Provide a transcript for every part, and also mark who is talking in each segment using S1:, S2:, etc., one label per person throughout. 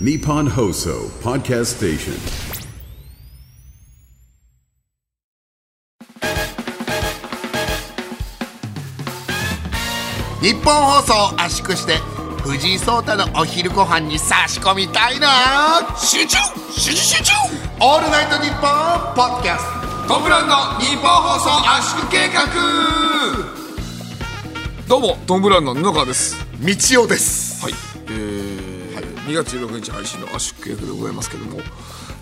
S1: Nippon Hoso Podcast Station.
S2: 日本放送を圧縮して藤井聡太のお昼ご飯に差し込みたいな集中集中集中オールナイトニッポンポッドキャストトムブラウンの日本放送圧縮計画
S3: どうもトムブラウンの布川です
S2: 道夫です
S3: はい、えー2月16日配信の圧縮計画でございますけども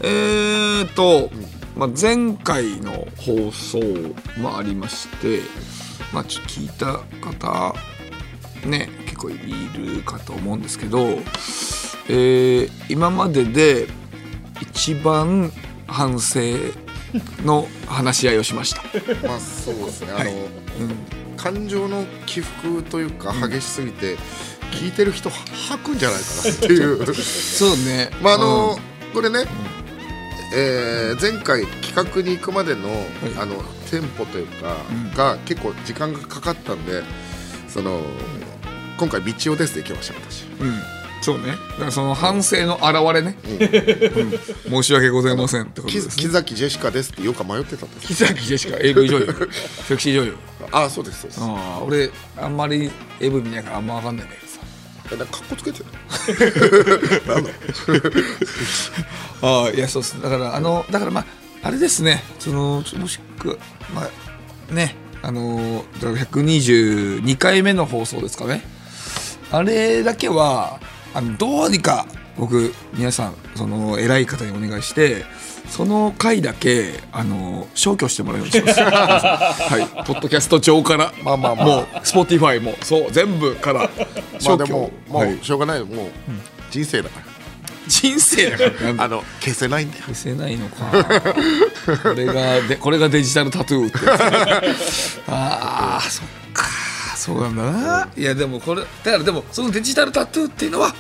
S3: えーと、まあ、前回の放送もありましてまあちょっと聞いた方ね結構いるかと思うんですけど、えー今までで一番反省の話し合いをしました
S4: まあそうですね、
S3: い
S4: あの、感情の起伏というか激しすぎて、聞いてる人は吐くんじゃないかなっていう
S3: そうね
S4: まああの、これね、えー前回企画に行くまでの、あのテンポというか、が結構時間がかかったんでその今回「道をです」で行きました私
S3: うん、そうね。だからその反省の表れね。うん申し訳ございませんってこと
S4: 木
S3: です、
S4: 木
S3: ね。
S4: 崎ジェシカですって言おうか迷ってたんです
S3: 木崎ジェシカ AV 女優、セクシー女優。
S4: ああそうですそうです
S3: ああ、俺あんまり AV 見ないからあんまわかんないんだけどさ。
S4: えなんかかっこつけてる
S3: ああ、いやそうっす。だからあのだからまああれですね。そのちょもしくはまあねあのだから122回目の放送ですかね。あれだけはあのどうにか僕皆さんその偉い方にお願いしてその回だけあの消去してもらうようにします。 はい。ポッドキャスト上から、まあまあもう Spotify もそう全部から
S4: まあ
S3: 消
S4: で
S3: 去。
S4: もも
S3: は
S4: う
S3: い
S4: しょうがないよもう人生だから
S3: 人生だから なんだ
S4: あの消せないんだよ
S3: 消せないのかこれがでこれがデジタルタトゥーってや つあーそっかそうなんだないやでもこれだからでもそのデジタルタトゥーっていうのは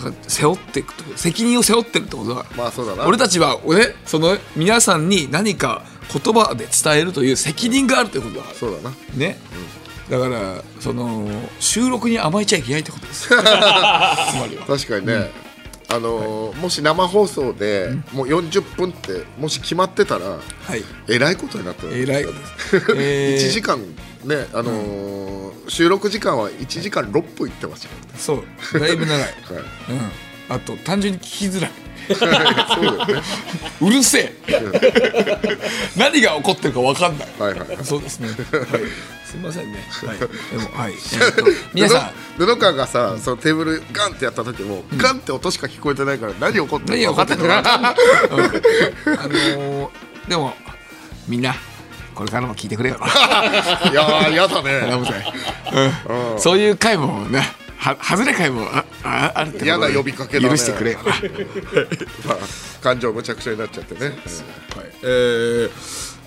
S3: なんか背負っていくと責任を背負ってるってことだ
S4: まあそうだな
S3: 俺たちは俺その皆さんに何か言葉で伝えるという責任があるということだから
S4: そうだな
S3: ね、だからその収録に甘えちゃいけないってことで すつまりは
S4: 確かにね、あのーもし生放送で、もう40分ってもし決まってたら
S3: はい
S4: えらいことになってる
S3: えら いことです、えー
S4: 1時間ねあのー収録時間は1時間6分いってますよ、
S3: そうだいぶ長い、
S4: はい
S3: うん、あと単純に聞きづらい
S4: そうだよね
S3: うるせえ 何が起こってるか分かんない、
S4: はいはいはい
S3: そうですね、はい、すみませんね、はい、でもはい、えーっ と皆さん
S4: 布布川がさ、そのテーブルガンってやった時も、ガンって音しか聞こえてないから何起こって
S3: 何
S4: るか
S3: が起
S4: 分
S3: こ
S4: か
S3: っ
S4: ってて
S3: るか
S4: な
S3: 分
S4: い
S3: かんない、うん、あのー、でもみんなこれからも聞いてく れよ
S4: いやーやだ
S3: 危な
S4: ね
S3: い、うん、そういう回もねは外れ回もあああるってことで
S4: 嫌な呼びかけだね
S3: 許して くれよな
S4: まあ感情むちゃくちゃになっちゃってね
S3: はい、えー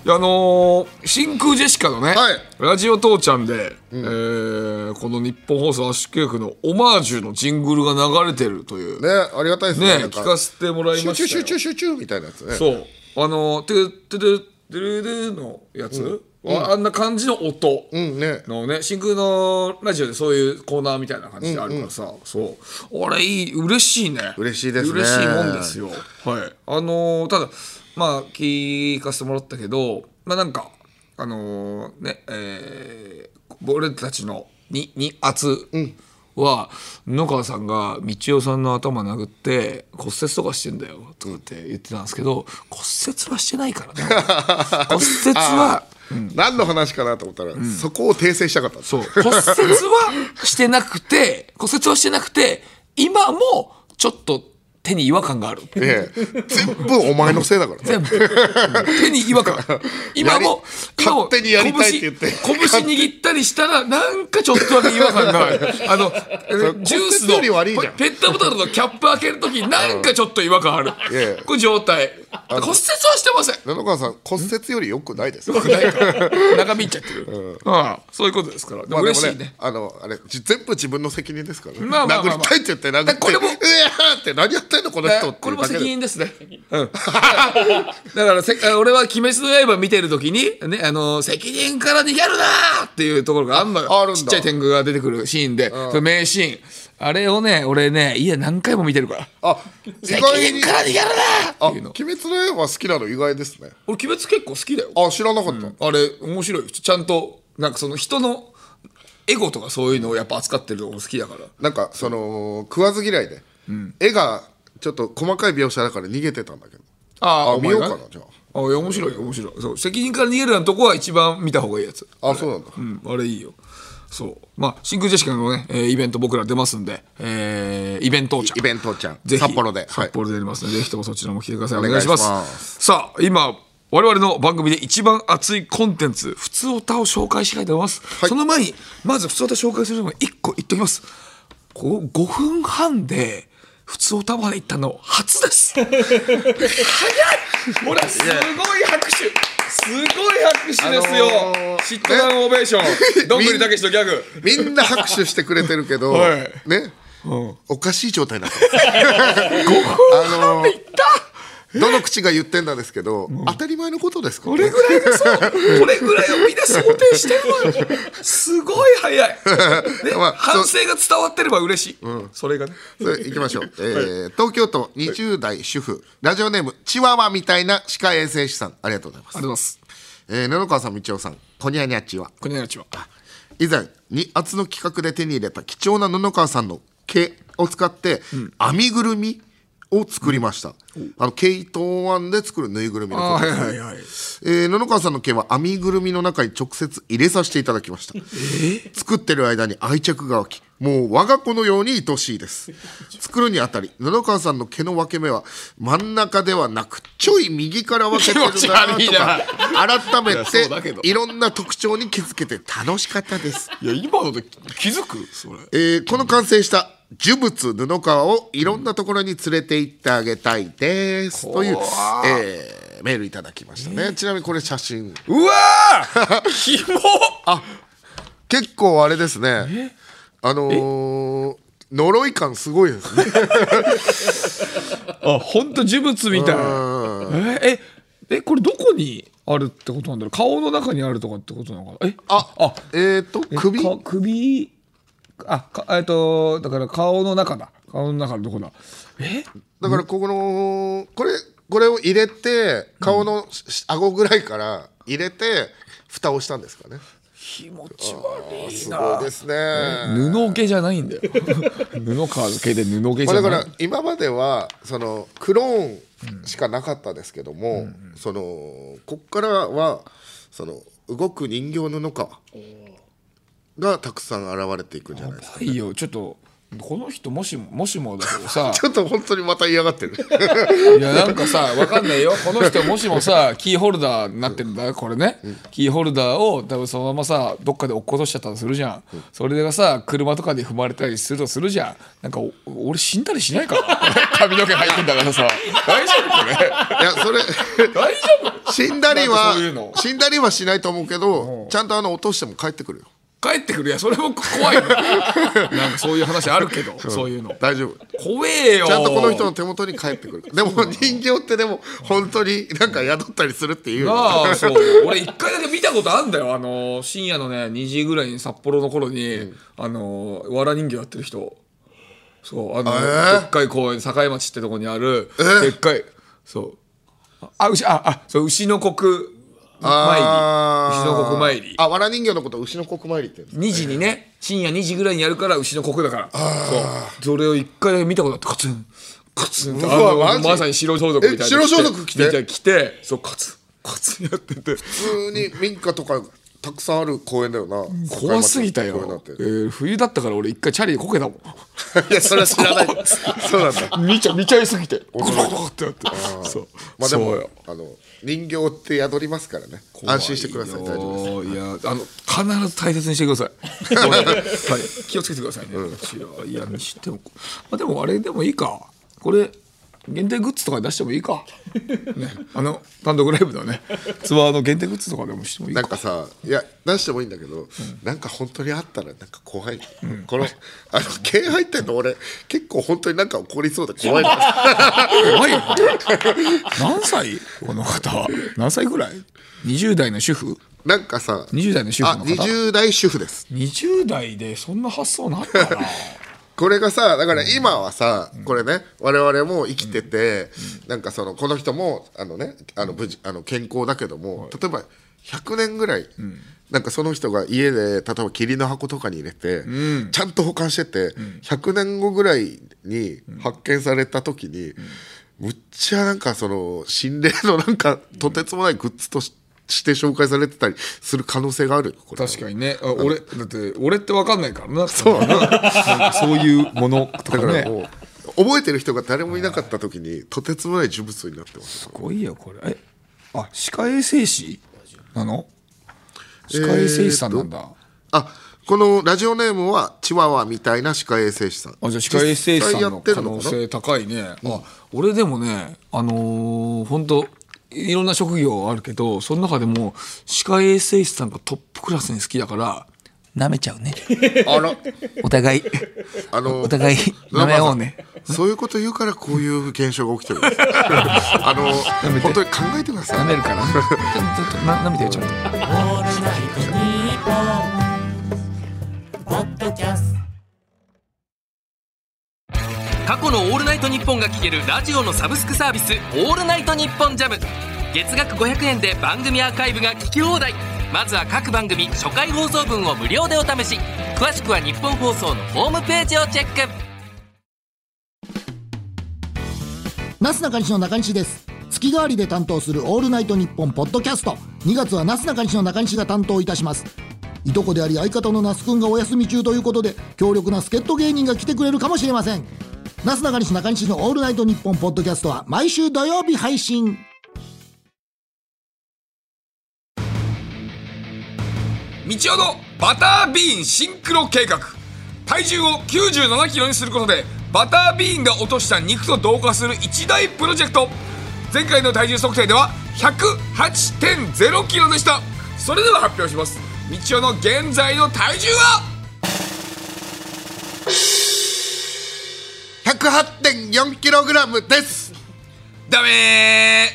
S3: いやあのー真空ジェシカのね、
S4: はい
S3: ラジオ父ちゃんで、えーこの日本放送圧縮計画のオマージュのジングルが流れてるという
S4: ねありがたいですね
S3: ね
S4: なん
S3: 聞かせてもらいましたよ
S4: シュチュシュチュシュチュみたいなやつね
S3: そうあのー「トゥトゥトゥトゥルル」のやつ、ああんな感じの音
S4: うんね
S3: のね真空のラジオでそういうコーナーみたいな感じであるからさ、そうあれいい嬉しいね
S4: 嬉しいですね
S3: 嬉しいもんですよはいあのーただまあ聞かせてもらったけどまあなんかあのーねえー俺たちのにに圧は、野川さんが道夫さんの頭殴って骨折とかしてんだよとかって言ってたんですけど骨折はしてないか らね骨折は
S4: 何の話かなと思ったら、そこを訂正したかった
S3: そう。骨折はしてな くて、骨折はしてなくて、今もちょっと手に違和感がある。
S4: ええ全部お前のせいだからね
S3: 全部。手に違和感。
S4: やり
S3: 今も、今も
S4: 勝手にやりたいって言って
S3: 拳拳握ったりしたら、なんかちょっとだけ違和感があ る。あの、ジュース
S4: 骨折より悪い
S3: の
S4: じゃん
S3: ペットボトルのキャップ開けるとき、なんかちょっと違和感ある
S4: いやいや。
S3: これ状態。骨折はして ません。
S4: 布川さん骨折より良くないです
S3: ないから中身いっちゃってる。ああそういうことですから。で
S4: ま
S3: も
S4: あでも
S3: 嬉しいね。
S4: あのあれじ全部自分の責任ですからね、
S3: まあまあまあまあ
S4: 殴りたいって言って殴って
S3: これも
S4: うわーって何やってんのこの人っていうだけで
S3: これも責任ですね。うん、だ からせ俺は「鬼滅の刃」見てる時に、ね、あの責任から逃げるなーっていうところがあんのよ
S4: ああるんだ
S3: ちっちゃい天狗が出てくるシーンで、その名シーンあれをね俺ね家何回も見てるから
S4: あ意外に
S3: から逃げるな
S4: あ
S3: ってい
S4: 鬼
S3: うの
S4: 滅の刃好きなの意外ですね
S3: 俺鬼滅結構好きだよ
S4: あ知らなかった、
S3: あれ面白いよちゃんとなんかその人のエゴとかそういうのをやっぱ扱ってるのも好きだから
S4: なんかその食わず嫌いで、絵がちょっと細かい描写だから逃げてたんだけど
S3: あ
S4: あ見ようかなじゃ
S3: あいや面白いよ面白いそう責任から逃げるようなとこは一番見た方がいいやつ
S4: ああそうなんだ
S3: うん、あれいいよ。そう。まあ、真空ジェシカのね、えーイベント僕ら出ますんで、えーイベントちゃん。
S4: イベントちゃん
S3: ぜひ
S4: 札幌ではい
S3: 札幌で 出ますので、ぜひともそちらも来てください。お
S4: 願
S3: 願
S4: い
S3: い
S4: し
S3: し
S4: ま
S3: ますす。さあ、今、我々の番組で一番熱いコンテンツ、普通歌を紹介したいと思います。
S4: はい
S3: その前に、まず普通歌紹介する前に1個言っときます。こう5分半で、普通歌まで行ったの 初です。早いほら、すごい拍手。すごい拍手ですよ。
S4: あのー
S3: シットダウンオベーション。どんぐりたけしとギャグ。
S4: みんな拍手してくれてるけど、
S3: はい
S4: ね、おかしい状態になってるあの
S3: いった
S4: どの口が言ってんだですけど、当たり前のことですか
S3: これぐらいのそうこれぐらいをみんな想定してるのよすごい早い、ね
S4: まあ
S3: 反省が伝わってれば嬉しい、それがね
S4: それ行きま しょう、えー東京都20代主婦ラジオネームチワワみたいな歯科衛生士さんありがとうございます
S3: ありがとうございます
S4: えー、布川さん、みちおさん、こにゃにゃちは。
S3: このやちは
S4: 以前、に圧の企画で手に入れた貴重な布川さんの毛を使って、編みぐるみを作りました。あの毛糸腕で作るぬいぐるみのことですね
S3: いはい
S4: えー野々川さんの毛は編みぐるみの中に直接入れさせていただきました、作ってる間に愛着が湧きもう我が子のように愛しいです作るにあたり野々川さんの毛の分け目は真ん中ではなくちょい右から分けてるな
S3: 気持ち悪い
S4: とか改め
S3: やそうだけ
S4: て
S3: ど
S4: いろんな特徴に気づけて楽しかったです
S3: いや今ので気づくそれ
S4: えーこの完成した呪物布川をいろんなところに連れて行ってあげたいです、という、えーメールいただきましたね、ちなみにこれ写真
S3: うわーひも
S4: 結構あれですねあのー呪い感すごいですね
S3: あ本当呪物みたいえええこれどこにあるってことなんだろう顔の中にあるとかってことなのかなえ
S4: あ
S3: あ
S4: えっ、と
S3: え
S4: 首
S3: か首あかえっとだから顔の中だ顔の中のどこだえ
S4: だからここのこれこれを入れて顔のし顎ぐらいから入れて蓋をしたんですかね
S3: 気持ち悪い
S4: す
S3: な
S4: ごいですね
S3: 布毛じゃないんだよ 布川系で布毛
S4: ま
S3: じ
S4: あ、
S3: ゃ
S4: だ
S3: な
S4: から
S3: い、
S4: 今まではそのクローンしかなかったですけども、そのこっからはその動く人形の野川がたくさん現れていくんじゃないですか
S3: いいよちょっとこの人もしももしもだけどさ
S4: ちょっと本当にまた嫌がってる
S3: いやなんかさわかんないよこの人もしもさキーホルダーになってるんだよこれね、キーホルダーを多分そのままさどっかで落っことしちゃったとするじゃん、それがさ車とかに踏まれたりするとするじゃんなんかお俺死んだりしないかな髪の毛入ってんだからさ大丈夫これ
S4: いやそれ
S3: 大丈夫
S4: 死んだり
S3: なんかそういうの
S4: は死んだりはしないと思うけどちゃんとあの落としても帰ってくるよ
S3: 帰ってくるいやそれも怖い のなんかそういう話あるけどそういうの
S4: 大丈夫
S3: 怖えよ
S4: ちゃんとこの人の手元に帰ってくるでも人形ってでも本当になんか宿ったりするっていうよ
S3: ああそう俺一回だけ見たことあんだよあの深夜のね2時ぐらいに札幌の頃に、あのわら人形やってる人そうあの、
S4: ー
S3: でっかい公園堺町ってとこにある、でっかいそうあ牛ああそう牛の国参り
S4: あー
S3: 牛の国参り
S4: あわら人形のこと牛の国参りって言うんです
S3: 2時にね深夜2時ぐらいにやるから牛の国だからそうそれを一回だけ見たことあってカツンカツンって
S4: う
S3: あ
S4: わマ
S3: の
S4: ジ
S3: まさに白装束みたいなの
S4: え白
S3: 着て
S4: 装束着て
S3: みたいなの着てそうカツンカツンやって
S4: 普
S3: て
S4: 通に民家とかたくさんある公園だよな
S3: 怖すぎた
S4: 公園だっ
S3: よ
S4: て、
S3: えー冬だったから俺一回チャリでこけたもん
S4: いやそれは知らないそうなんだ
S3: 見ちゃ見ちゃいすぎてゴロゴロゴロってなってそう
S4: まあで
S3: そ
S4: も
S3: うよ
S4: あの人形って宿りますからね安心してください大丈夫です
S3: 夫ですいやあの必ず大切にしてくださいはい気をつけてくださいね、いやにしても、まあ、でもあれでもいいかこれ限定グッズとかに出してもいいか、ね、あの単独ライブのねツアーの限定グッズとかでもしてもいい
S4: な
S3: か
S4: んかさいや出してもいいんだけど、なんか本当にあったらなんか怖い、このあの毛入ってんの俺結構本当になんか怒りそうで怖いな
S3: 怖いよ何歳この方は何歳ぐらい20代の主婦
S4: なんかさ
S3: 20代の主婦の方
S4: あ20代主婦です
S3: 20代でそんな発想なったな
S4: これがさだから今はさ、これね我々も生きてて、なんかそのこの人もあのねあの無事あの健康だけども、例えば100年ぐらい、なんかその人が家で例えば霧の箱とかに入れて、ちゃんと保管してて、100年後ぐらいに発見された時に、むっちゃなんかその心霊のなんかとてつもないグッズとしして紹介されてたりする可能性があるよこれ
S3: 確かにねあ俺だって俺って分かんないからなそう そういうものと
S4: だ
S3: か
S4: から
S3: ね
S4: もう覚えてる人が誰もいなかった時にとてつもない呪物になってます
S3: すごいよこれえあ歯科衛生士なの歯科衛生士さんなんだ、
S4: あこのラジオネームはチワワみたいな歯科衛生士さん
S3: あじゃあ歯科衛生士
S4: 実際
S3: さ
S4: や
S3: んの
S4: って
S3: 可
S4: るの
S3: 能
S4: かな
S3: 性高いね、あ俺でもねあのー、本当いろんな職業あるけどその中でも歯科衛生士さんがトップクラスに好きだから舐めちゃう ね
S4: あら
S3: お互い
S4: あの
S3: お互い舐めようね
S4: そういうこと言うからこういう現象が起きてるんです あの本当に考えてください
S3: 舐めるから ちょっとちょっとな舐めてよちょっと。
S5: 過去の「オールナイトニッポン」が聴けるラジオのサブスクサービス「オールナイトニッポンジャム月額500円で番組アーカイブが聞き放題まずは各番組初回放送分を無料でお試し詳しくは日本放送のホームページをチェック
S6: なすなかにしの中西です月替わりで担当する「オールナイトニッポン」ポッドキャスト2月はなすなかにしの中西が担当いたしますいとこであり相方の那須くんがお休み中ということで強力な助っ人芸人が来てくれるかもしれませんなすなかにし中西の「オールナイトニッポン」ポッドキャストは毎週土曜日配信
S3: 道夫のバタービーンシンクロ計画体重を9 7キロにすることでバタービーンが落とした肉と同化する一大プロジェクト前回の体重測定では1 0 8 0キロでしたそれでは発表します道夫の現在の体重は
S4: 108.4キログラムです
S3: ダメ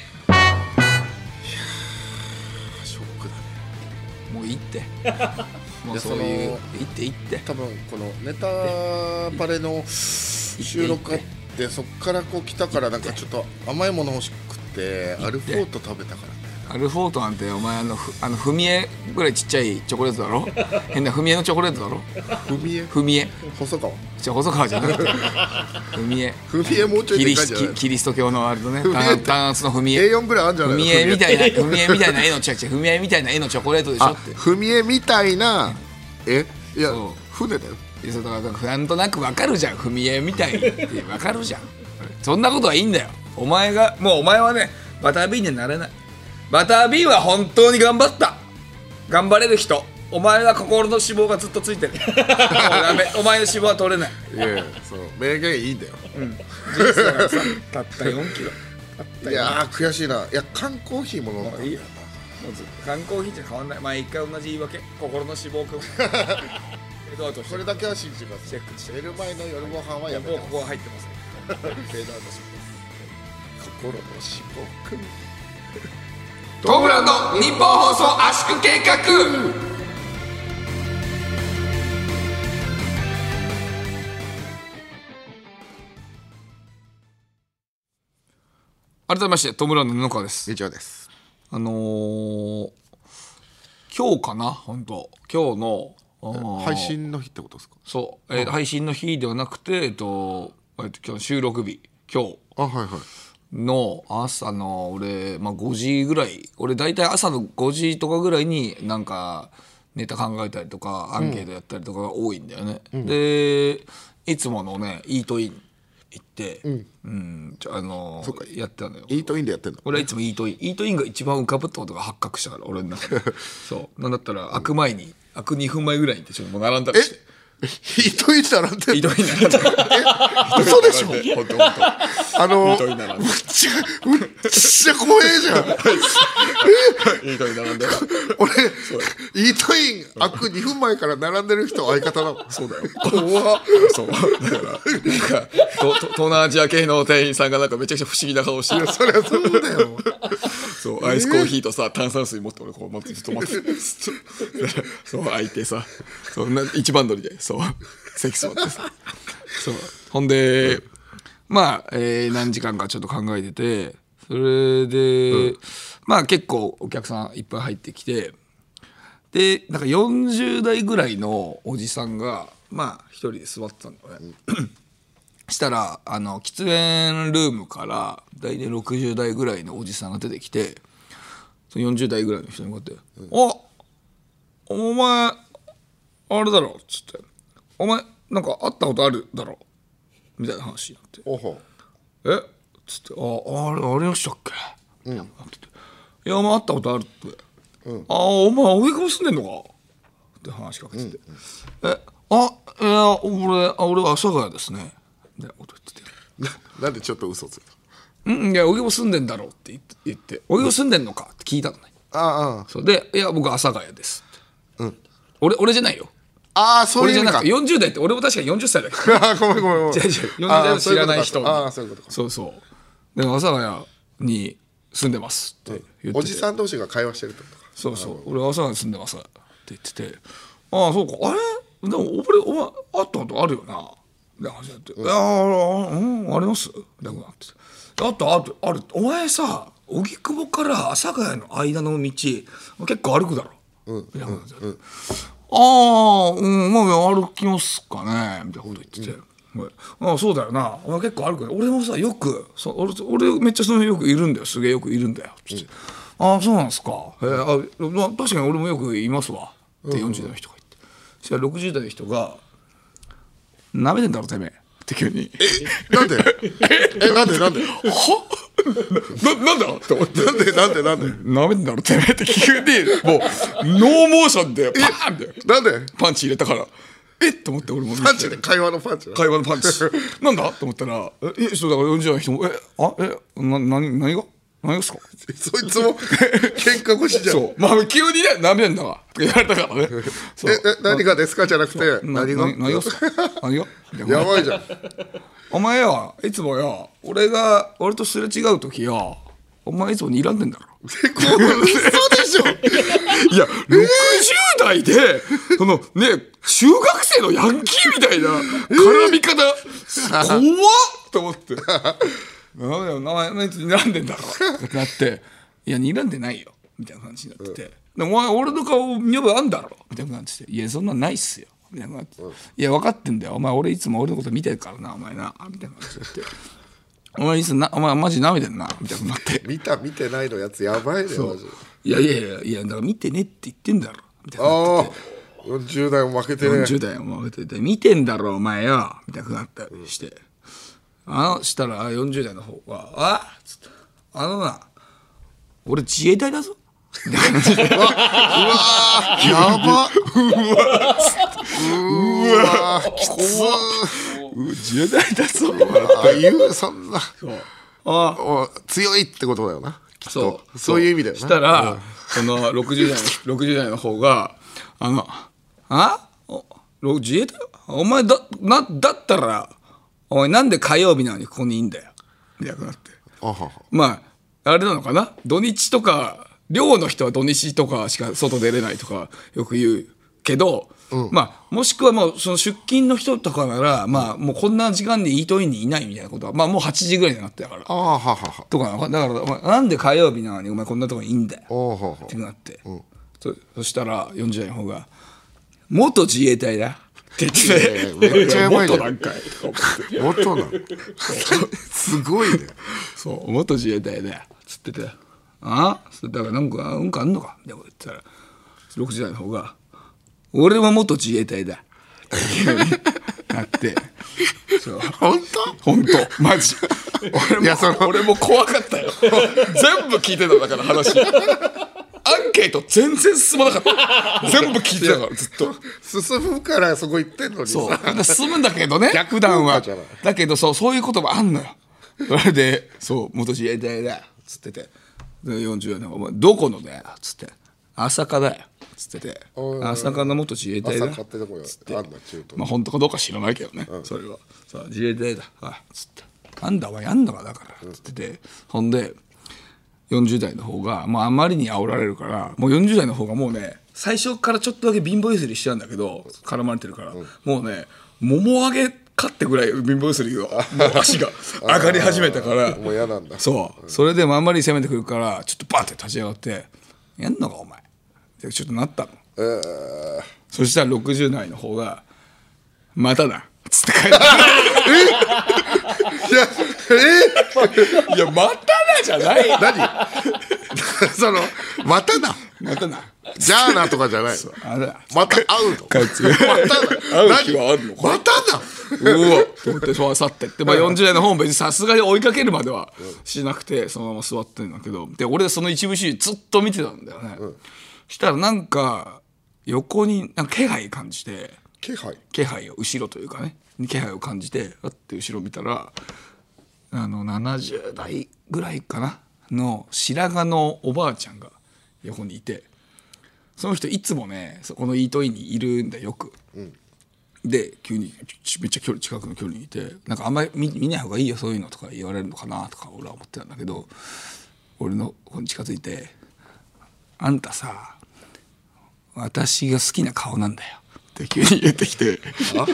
S4: ショックだね
S3: ーもういいって もう
S4: そういう
S3: いっていって
S4: 多分このネタパレの収録あってそっからこう来たからなんかちょっと甘いもの欲しくてアルフォート食べたから
S3: アルフォートなんてお前あのふあの踏み絵ぐらいちっちゃいチョコレートだろ 変な踏み絵のチョコレートだろ
S4: 踏み絵
S3: 踏み絵
S4: 細川
S3: じゃあ細川じゃな くて踏み絵
S4: 踏み絵もうちょい
S3: キ
S4: で
S3: リ
S4: かい
S3: シ
S4: じゃない
S3: キキリスト教のあれとね
S4: 踏み絵って
S3: 弾圧の踏み絵
S4: A4 ぐらいあるんじゃな
S3: 踏
S4: いの
S3: み絵みたいな
S4: 絵って
S3: 踏み絵みたいな絵の違う違う踏み絵みたいな絵のチョコレートでしょ
S4: あ
S3: って
S4: 踏み絵みたいなえいや
S3: そう
S4: 船だよ
S3: いやそうだからなんとなくわかるじゃん踏み絵みたいってわかるじゃんそんなことはいいんだよお前がもうお前はねバタービーンにはなれないバタービーンは本当に頑張った頑張れる人お前は心の脂肪がずっとつ いてるもうダメお前の脂肪は取れない
S4: いやいやそう名言いいんだよ
S3: 人生がさたった4キロ
S4: いやー悔しいないや缶コーヒーも飲んだんだよ
S3: まず缶コーヒーじゃ変わんない毎回同じ言い訳心の脂肪 君フェードアウトして
S4: それだけは信じてくださ
S3: チェ
S4: い
S3: ックして
S4: 寝る前の夜ご飯はやめ
S3: も
S4: て
S3: うこ
S4: ます
S3: こは入ってませんフェードアウトし
S4: 心の脂肪くん
S3: トムランド日本放送圧縮計画改めましてトムランド布川です
S4: 以上です
S3: あのー、今日かな本当今日のあー
S4: 配信の日ってことですか
S3: そう、えー配信の日ではなくて、えっと、えっと今日収録日、今日
S4: あはいはい
S3: の朝の俺、まあ、5時ぐらい、俺大体朝の5時とかぐらいになんかネタ考えたりとか、アンケートやったりとかが多いんだよね。で、いつものね、イートイン行って、うん、ちょあの
S4: そうか
S3: やってたのよ。
S4: イートインでやってんの
S3: 俺はいつもイートインイートインが一番浮かぶってことが発覚したから俺の 中でそうなんだったら開く前に開く2分前ぐらいに行ってちょっともう並んだりして
S4: イートイン並んでん
S3: イート
S4: の
S3: イン並んだ
S4: 嘘でしょ
S3: 本当本
S4: あの
S3: 当。に並んで。
S4: ちゃむっちゃ怖えじゃん
S3: いいとに並んで。
S4: 俺イートイン開く2分前から並んでる人相方だもんそうだよ怖っ
S3: そう。だから、なんか、とと東南アジア系の店員さんがなんかめちゃくちゃ不思議な顔してる。
S4: そりゃそうだよ
S3: そう、アイスコーヒーとさ、炭酸水持って俺こう持ってずっと待ってて。ずっとそう、開いてさ、そんな一番乗りで、そう、席座ってさ。そうほんでまあ、えー何時間かちょっと考えててそれで、まあ結構お客さんいっぱい入ってきてでなんか40代ぐらいのおじさんがまあ一人で座ってたんだよね したらあの喫煙ルームから大体60代ぐらいのおじさんが出てきてその40代ぐらいの人に向かって「あお前あれだろ」っつって「お前なんか会ったことあるだろ」みたいな話になって
S4: おほ
S3: 「えっ?」つって「ああれありましたっけ?」うん、いやお前会ったことある」って「ああお前荻窪住んでんのか?」って話しかけてて「えあいや俺あ俺は阿佐ヶ谷ですね」みたいなこと言ってて。
S4: うななんでちょっと嘘つい
S3: うん、いや、荻窪住んでんだろうって言って言って、荻窪住んでんのかって聞いたのね。
S4: たああ
S3: そうで、いや、僕、阿佐ヶ谷ですって。俺、俺じゃないよ。
S4: ああそう
S3: 俺
S4: い
S3: じ
S4: う
S3: ゃ
S4: の
S3: な
S4: か
S3: くて、40代って、俺も確かに40歳だから。
S4: ああごめんごめんごめん
S3: 違う違う40代の知らない人
S4: ああそういうことか
S3: そうそう。で、阿佐ヶ谷に住んでますって言ってて。
S4: おじさん同士が会話してるってことか
S3: そうそう。俺、阿佐ヶ谷に住んでますって言ってて、ああ、そうか。あれでも、俺、お前、会ったことあるよな。みたいな話になって、いや、あうん、ありますみたいなことになってて。あと、あと、ある、お前さ、荻窪から阿佐ヶ谷の間の道、結構歩くだろ。うん。みたいなことになってああ、うん、まあ、歩きますかね、みたいなこと言ってて。はいああそうだよなお前結構歩くね俺もさよくそ俺俺めっちゃその辺よくいるんだよすげえよくいるんだよつって、ああそうなんですか、えーあまあ確かに俺もよくいますわって40代の人が言って、そしたら60代の人が「なめてんだろてめえ」って急に
S4: なんでえなんでなんで
S3: 「はななんだ?」って思って
S4: なんでなんでなんで
S3: 「なめてんだろてめえ」って急にもうノーモーションでパーンって
S4: なんで
S3: パンチ入れたから「えっ?」と思って俺も見て
S4: パンチで会話のパンチだ
S3: 会話のパンチ なんだと思ったら「ええそうだから40代の人もえあえな何何が何がですか?」
S4: そいつも喧嘩腰じゃん
S3: そうまあ急にね「なめてんだわ」とか言われたからねそう
S4: ええ何がですかじゃなくて
S3: な
S4: 何
S3: な何
S4: が
S3: がっすか何がみたい な
S4: やばいじゃん
S3: お前よいつもよ俺が俺とすれ違う時よお前いつも睨んでんだろ
S4: 結構嘘でしょ
S3: いや60代でそのね中学生のヤンキーみたいな絡み方、怖っと思って「なんだよ名前いつ睨んでんだろ」ってな って「いや睨んでないよ」みたいな感じになってて「でお前俺の顔見覚えあんだろ」みたいな感じで「いやそんなんないっすよ」みたいな感じでいや分かってんだよお前俺いつも俺のこと見てるからなお前な」みたいな感じで言って「お前いつなお前マジ舐めてんな」みたいなことになって
S4: 見た見てないのやつやばいねマジで
S3: いやいやいやいやだから見てねって言ってんだろみたいな
S4: ああ40代も負けてね
S3: 40代もてて見てんだろお前よみたいなことあったりして、あのしたら40代の方が「あっ?」つって「あのな俺自衛隊だぞ」
S4: やばうわうわきつ
S3: 自衛隊だぞ
S4: ああいうそんな
S3: あ
S4: お強いってことだよなきっ
S3: そ
S4: と
S3: う
S4: そういう意味だよ
S3: し
S4: な
S3: たら、その60代の ,60 代の方が「あのあおろ自衛隊お前だなだったらお前なんで火曜日なのにここにいんだよ」みたいなことになって。
S4: あはは
S3: まあ、あれなのかな土日とか、寮の人は土日とかしか外出れないとかよく言うけど、まあ、もしくはもうその出勤の人とかなら、まあ、もうこんな時間にイートインにいないみたいなことは、まあもう8時ぐらいになってたから、
S4: あははは
S3: とかなのかだから、まあなんで火曜日なのにお前こんなとこにいいんだよ。
S4: おうほうほう
S3: ってなって、そそしたら40代の方が「元自衛隊だ」って言って
S4: いやいやめっちゃやばいじゃん
S3: 元なんかい」とか思って
S4: 元なの すごいね
S3: そう、元自衛隊だよ。つってて。ああだからなんか、うんかあんのかみたいなこと言ってたら、6時代の方が、俺は元自衛隊だ。ってなって。そう。
S4: 本
S3: 本当マジ。俺 も
S4: いやその
S3: 俺も怖かった よ。全部聞いてたんだから話。アンケート全然進まなか った。全部聞いてたから、ずっと。
S4: 当進むからそこ行ってんのに
S3: そう。
S4: さ
S3: だから進むんだけどね。逆段は
S4: じゃない。
S3: だけど、そう、そういうこともあんのよ。それで、そう、元自衛隊だ。つってて。で、40年、お前、どこのだよ。つって。朝霞だよ。つってて。朝霞の元自衛隊だ。
S4: 朝霞ってとこよ
S3: つって
S4: あんの中東
S3: まあ、本当かどうか知らないけどね。それは。さあ、自衛隊だ。あ、つって。なんだ、お前、やんのか、だから。つってて。ほんで、40代の方が、まあ、あまりに煽られるからもう40代の方がもうね最初からちょっとだけ貧乏ゆすりしてたんだけど絡まれてるから、もうね桃揚げかってぐらい貧乏ゆすりがもう足 が上がり始めたから
S4: もう嫌なんだ
S3: そうそれでもあんまり攻めてくるからちょっとバーって立ち上がって「やんのかお前」ってちょっとなったの、そしたら60代の方が「またな」っつって帰って いや「またな」じゃない
S4: 何 そのまたな
S3: またな
S4: じゃあなとかじゃないの
S3: あれだ
S4: また会うの
S3: 帰って
S4: またな
S3: 会う気はあるのか
S4: またな
S3: うわと思ってそう去ってって、まあ、40代の方も別にさすがに追いかけるまではしなくてそのまま座ってんだけどで俺その一部始終ずっと見てたんだよね、したらなんか横になんか気配感じて
S4: 気配
S3: 気配を後ろというかね気配を感じてあって後ろ見たらあの70代ぐらいかなの白髪のおばあちゃんが横にいてその人いつもねそこのイートインにいるんだよよく。で急にちめっちゃ距離近くの距離にいてなんかあんまり見見ない方がいいよそういうのとか言われるのかなとか俺は思ってたんだけど俺の方に近づいて「あんたさ私が好きな顔なんだよ」って急に言ってきて「は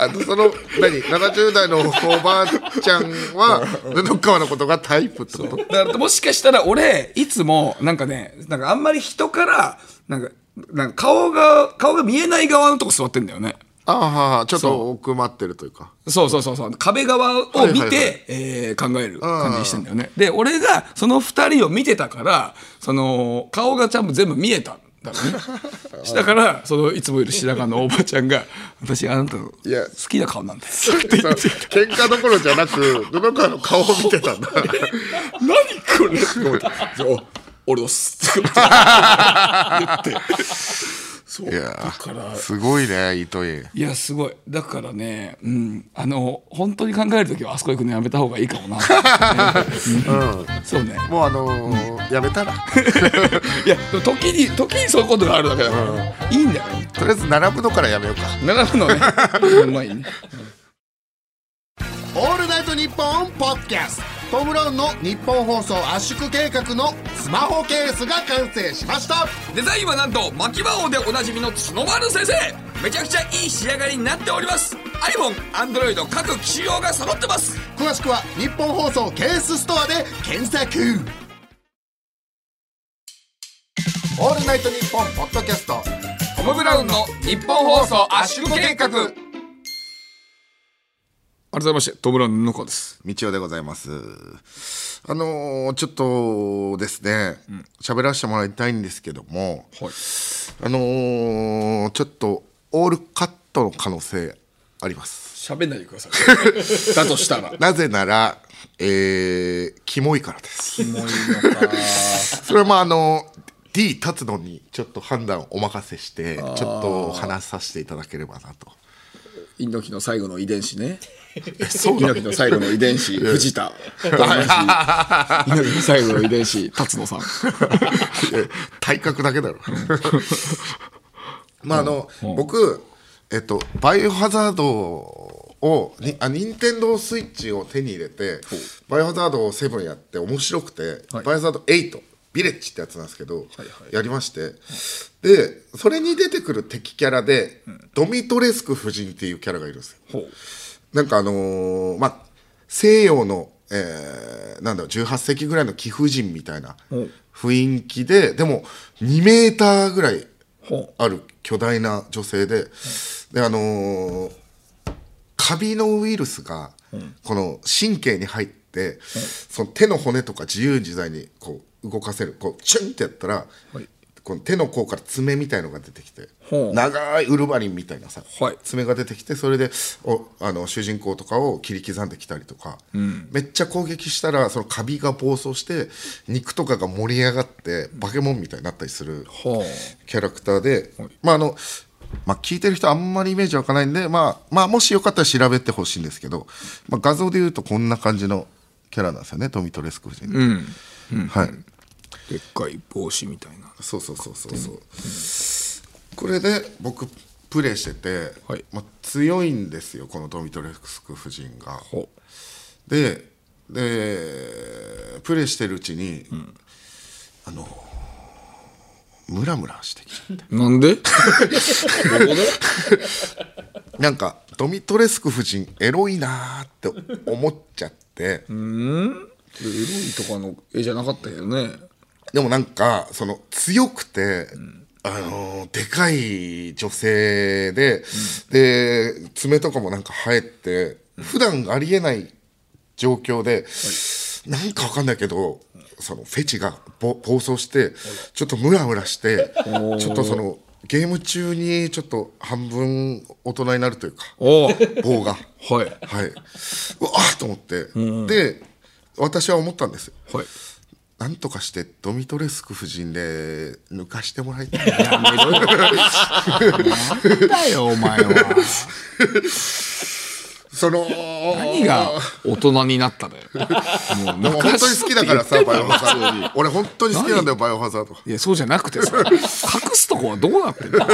S4: あのその何70代のおばあちゃんは布川のことがタイプってこと
S3: だからもしかしたら俺いつもなんかねなんかあんまり人からなんかなんか顔が顔が見えない側のとこ座ってんだよね。
S4: ああはあはあちょっと奥まってるというか
S3: そうそうそうそう壁側を見て、
S4: はいはいはい
S3: えー考える感じにしてんだよねで俺がその2人を見てたからその顔がちゃんと全部見えたんだろ うねだからそのいつもいる白髪のおばちゃんが「私あなたの好
S4: や
S3: きな顔なんだよ」って
S4: その喧嘩どころじゃなく布川の顔を見てたんだ
S3: 「何これ!」って思って「お俺押す」って言ってそう
S4: いや
S3: だから
S4: ーすごいね糸井
S3: いやすごいだからね、うん、あの本当に考える時はあそこ行くのやめた方がいいかもな、うんそうね
S4: もうあのーやめたら
S3: いやでも時に時にそういうことがあるだけだから、いいんだよ
S4: とりあえず並ぶのからやめようか
S3: 長野 のねうまいね
S2: オールナイトニッポンポッドキャストトム・ブラウンの日本放送圧縮計画のスマホケースが完成しました
S5: デザインはなんと牧場王でおなじみの角丸先生めちゃくちゃいい仕上がりになっております iPhone、Android 各機種用が揃ってます
S2: 詳しくは日本放送ケースストアで検索オールナイトニッポンポッドキャスト
S5: トム・ブラウンの日本放送圧縮計画
S3: 改めましてトムブラウンの中です
S4: 道夫でございます。あのーちょっとですね、喋らせてもらいたいんですけども、
S3: はい
S4: あのーちょっとオールカットの可能性あります。
S3: 喋んないでくださ いだとしたら
S4: なぜなら、えー、キモいからです。それはまああの D 立つのにちょっと判断をお任せして、ちょっと話させていただければなと。
S3: 猪木の最後の遺伝子 ね猪木の最後の遺伝子藤田猪木の最後の遺伝子辰野さん
S4: 体格だけだろまああの、僕、えっと、バイオハザードをにあ任天堂スイッチを手に入れてバイオハザード7やって面白くて、バイオハザード8ビレッジってやつなんですけど、やりまして、でそれに出てくる敵キャラで、ドミトレスク夫人っていうキャラがいるんですよ。なんかあのーまあ、西洋の、えーなんだろう18世紀ぐらいの貴婦人みたいな雰囲気で、でも2メーターぐらいある巨大な女性で、であのーカビのウイルスがこの神経に入って、その手の骨とか自由自在にこう動かせるこうチュンってやったら、この手の甲から爪みたいのが出てきて
S3: ほう
S4: 長いウルヴァリンみたいなさ、
S3: はい
S4: 爪が出てきてそれでおあの主人公とかを切り刻んできたりとか、めっちゃ攻撃したらそのカビが暴走して肉とかが盛り上がってバケモンみたいになったりする
S3: ほう
S4: キャラクターで、まああのまあ、聞いてる人あんまりイメージ湧かないんで、まあまあ、もしよかったら調べてほしいんですけど、まあ、画像で言うとこんな感じのキャラなんですよねトミトレスク夫人、はい、
S3: でっかい帽子みたいな
S4: そうそうそうそうそう、これで僕プレイしてて、
S3: はい
S4: まあ、強いんですよこのドミトレスク夫人が
S3: ほ
S4: ででプレイしてるうちに、あのムラムラしてきちゃって
S3: なんでどこで
S4: なんかドミトレスク夫人エロいなーって思っちゃって
S3: エロいとかの絵じゃなかったけどね
S4: でもなんかその強くて、あのーでかい女性で、で爪とかもなんか生えて普段ありえない状況で、なんかわかんないけどそのフェチがぼ暴走してちょっとムラムラしてちょっとそのゲーム中にちょっと半分大人になるというか
S3: おお
S4: 棒が。
S3: はい
S4: はい、うわーっと思って、で私は思ったんですよ
S3: はい
S4: なんとかしてドミトレスク夫人で抜かしてもらいた いな
S3: だよお前 は
S4: その
S3: 何が大人になっただよ
S4: でも本当に好きだからさバイオハザード俺本当に好きなんだよ
S3: 何
S4: バイオハザード
S3: いやそうじゃなくてさ隠すとこはどうなってんの
S4: で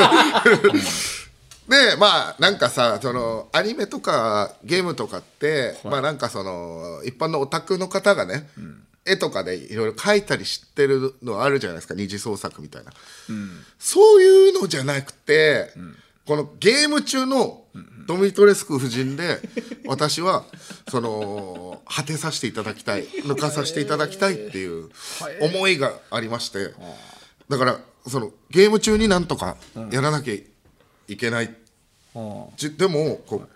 S4: まあなんかさそのアニメとかゲームとかって、まあなんかその一般のオタクの方がね、絵とかでいろいろ描いたりしてるのあるじゃないですか二次創作みたいな、そういうのじゃなくて、このゲーム中のドミトレスク夫人で私はその果てさせていただきたい抜かさせていただきたいっていう思いがありましてだからそのゲーム中になんとかやらなきゃいけない、じでもこう、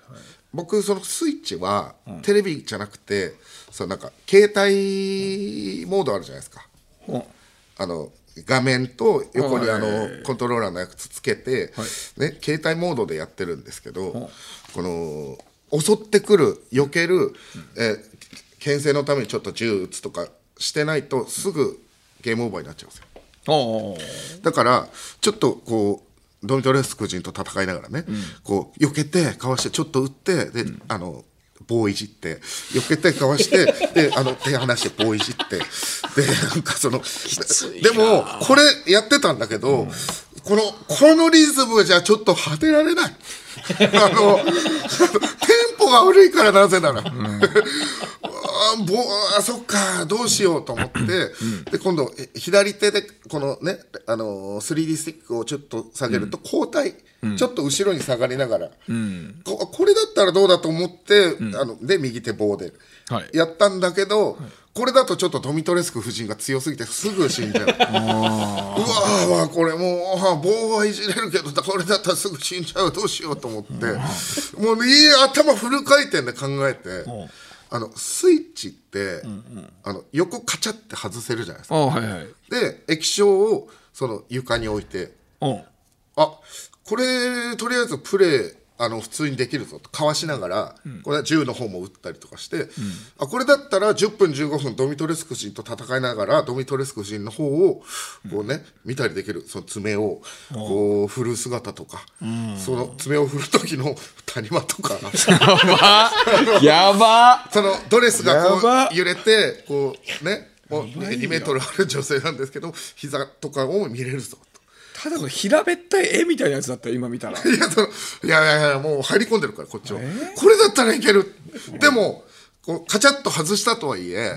S4: 僕そのスイッチはテレビじゃなくて、そのなんか携帯モードあるじゃないですか。あの画面と横にあのコントローラーのやつつけて、ね、携帯モードでやってるんですけどこの襲ってくる避ける、えー牽制のためにちょっと銃撃つとかしてないとすぐゲームオーバーになっちゃうんですよ。
S3: おお
S4: だからちょっとこうドミトレスク人と戦いながらね、こう避けてかわしてちょっと打ってで、あの棒いじって避けてかわして であの手離して棒いじってでなんかそのでもこれやってたんだけど、このこのリズムじゃちょっと果てられないあのテンポが悪いからなぜな ら。あーぼあそっかどうしようと思って、で今度え左手でこのね、あのー、3D スティックをちょっと下げると後退、ちょっと後ろに下がりながら、ここれだったらどうだと思って、あので右手棒で、
S3: はい
S4: やったんだけど、これだとちょっとドミトレスク夫人が強すぎてすぐ死んじゃう。うわーわーこれもうあー棒はいじれるけどだこれだったらすぐ死んじゃうどうしようと思ってもういい頭フル回転で考えてあのスイッチってあの横カチャって外せるじゃないですか
S3: あはいはい
S4: で液晶をその床に置いて
S3: おう
S4: あこれとりあえずプレイあの普通にできるぞとかわしながら、これは銃の方も撃ったりとかして、あこれだったら10分15分ドミトレスク人と戦いながらドミトレスク人の方をこうね、見たりできるその爪をこう振る姿とか、その爪を振る時の 谷間とか
S3: やば
S4: そのドレスがこ
S3: やば
S4: う揺れてこうねもう2メートルある女性なんですけど膝とかを見れるぞと。
S3: ただの平べったい絵みたいなやつだったよ今見たら
S4: いや、その、いやいやいや、もう入り込んでるから、こっちは。これだったらいける。でも、こう、カチャッと外したとはいえ、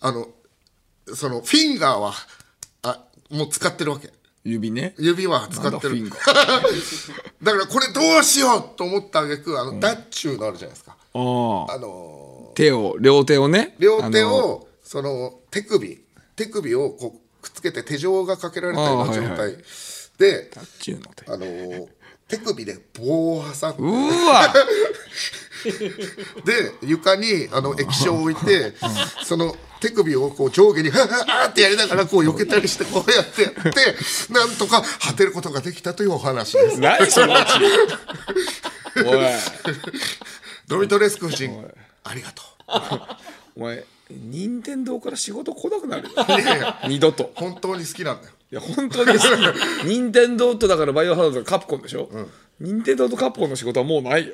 S4: あの、その、フィンガーは、あ、もう使ってるわけ。
S3: 指ね
S4: 指は使って
S3: な
S4: る。
S3: んだ
S4: だ から、これどうしようと思ったあげく、あの、ダッチューのあるじゃないですか。
S3: あ
S4: あの
S3: あ手を両手をね
S4: ー、両手
S3: あの
S4: を、その、手首、手首をこう、くっつけて手錠がかけられたような状
S3: あーはい
S4: 態で、
S3: タッチの手
S4: あのー手首で棒を挟んで
S3: うーわ
S4: で床にあの液晶を置いてその手首をこう上下に「あーってやりながらこう避けたりしてこうやってやってなんとか果てることができたというお話です
S3: 何そのうちおい
S4: ドミトレスク夫人ありがと
S3: お前任天堂から仕事来なくなるよ
S4: ういやいや
S3: 二度と
S4: 本当に好きなんだよ
S3: いや本当に 好き任天堂とだからバイオハザードがカプコンでしょ、任天堂とカプコンの仕事はもうないよ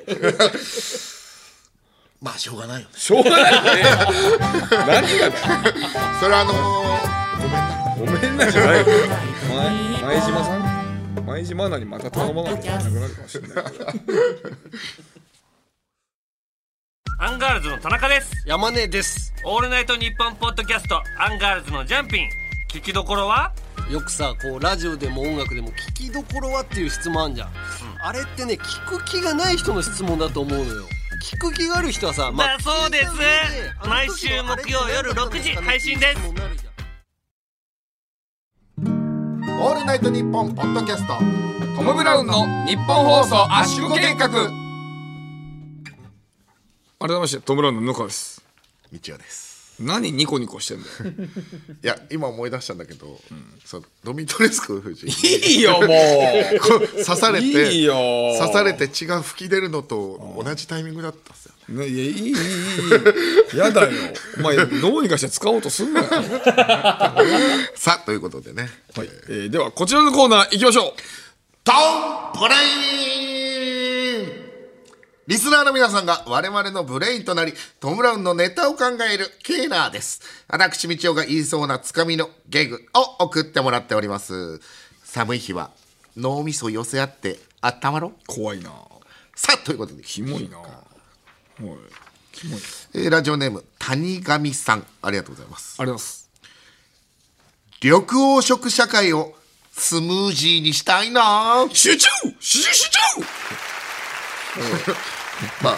S4: まあしょうがないよね
S3: しょうがないよね何がだよ
S4: それはあのーごめんな
S3: ごめんなじゃないよ前前島さん前島アナにまた頼まなきゃいけなくなるかもしれないけど
S7: アンガールズの田中です
S5: 山根です
S7: オールナイトニッポンポッドキャストアンガールズのジャンピン聞きどころは
S8: よくさこうラジオでも音楽でも聞きどころはっていう質問あんじゃん、あれってね聞く気がない人の質問だと思うのよ聞く気がある人はさ、
S7: だそうです毎週木曜夜6時配信です
S8: す
S2: オールナイトニッポンポッドキャスト
S3: トム・ブラウンの日本放送圧縮計画改めましてトム・ブラウンの野川です
S4: 道夫です
S3: 何ニコニコしてんだよ
S4: いや今思い出したんだけど、そうドミトレスク夫人に
S3: いいよもう
S4: こう刺されて
S3: いいよ
S4: 刺されて血が噴き出るのと同じタイミングだったんですよね
S3: ねいやいいいいいいやだよお前どうにかして使おうとすんなよ、
S4: さあということでね
S3: はいえーではこちらのコーナー行きましょう
S2: トンプレインリスナーの皆さんが我々のブレインとなり、トム・ブラウンのネタを考えるケーナーです。私、道夫が言いそうなつかみのゲグを送ってもらっております。寒い日は脳みそ寄せ合って温まろう。
S3: 怖いな
S2: さあ、ということで、
S3: キモいなはいキモい
S2: えーラジオネーム、谷上さん。ありがとうございます。
S3: ありがとうございます
S2: 緑黄色社会をスムージーにしたいな
S3: 集中集中集中
S4: まあ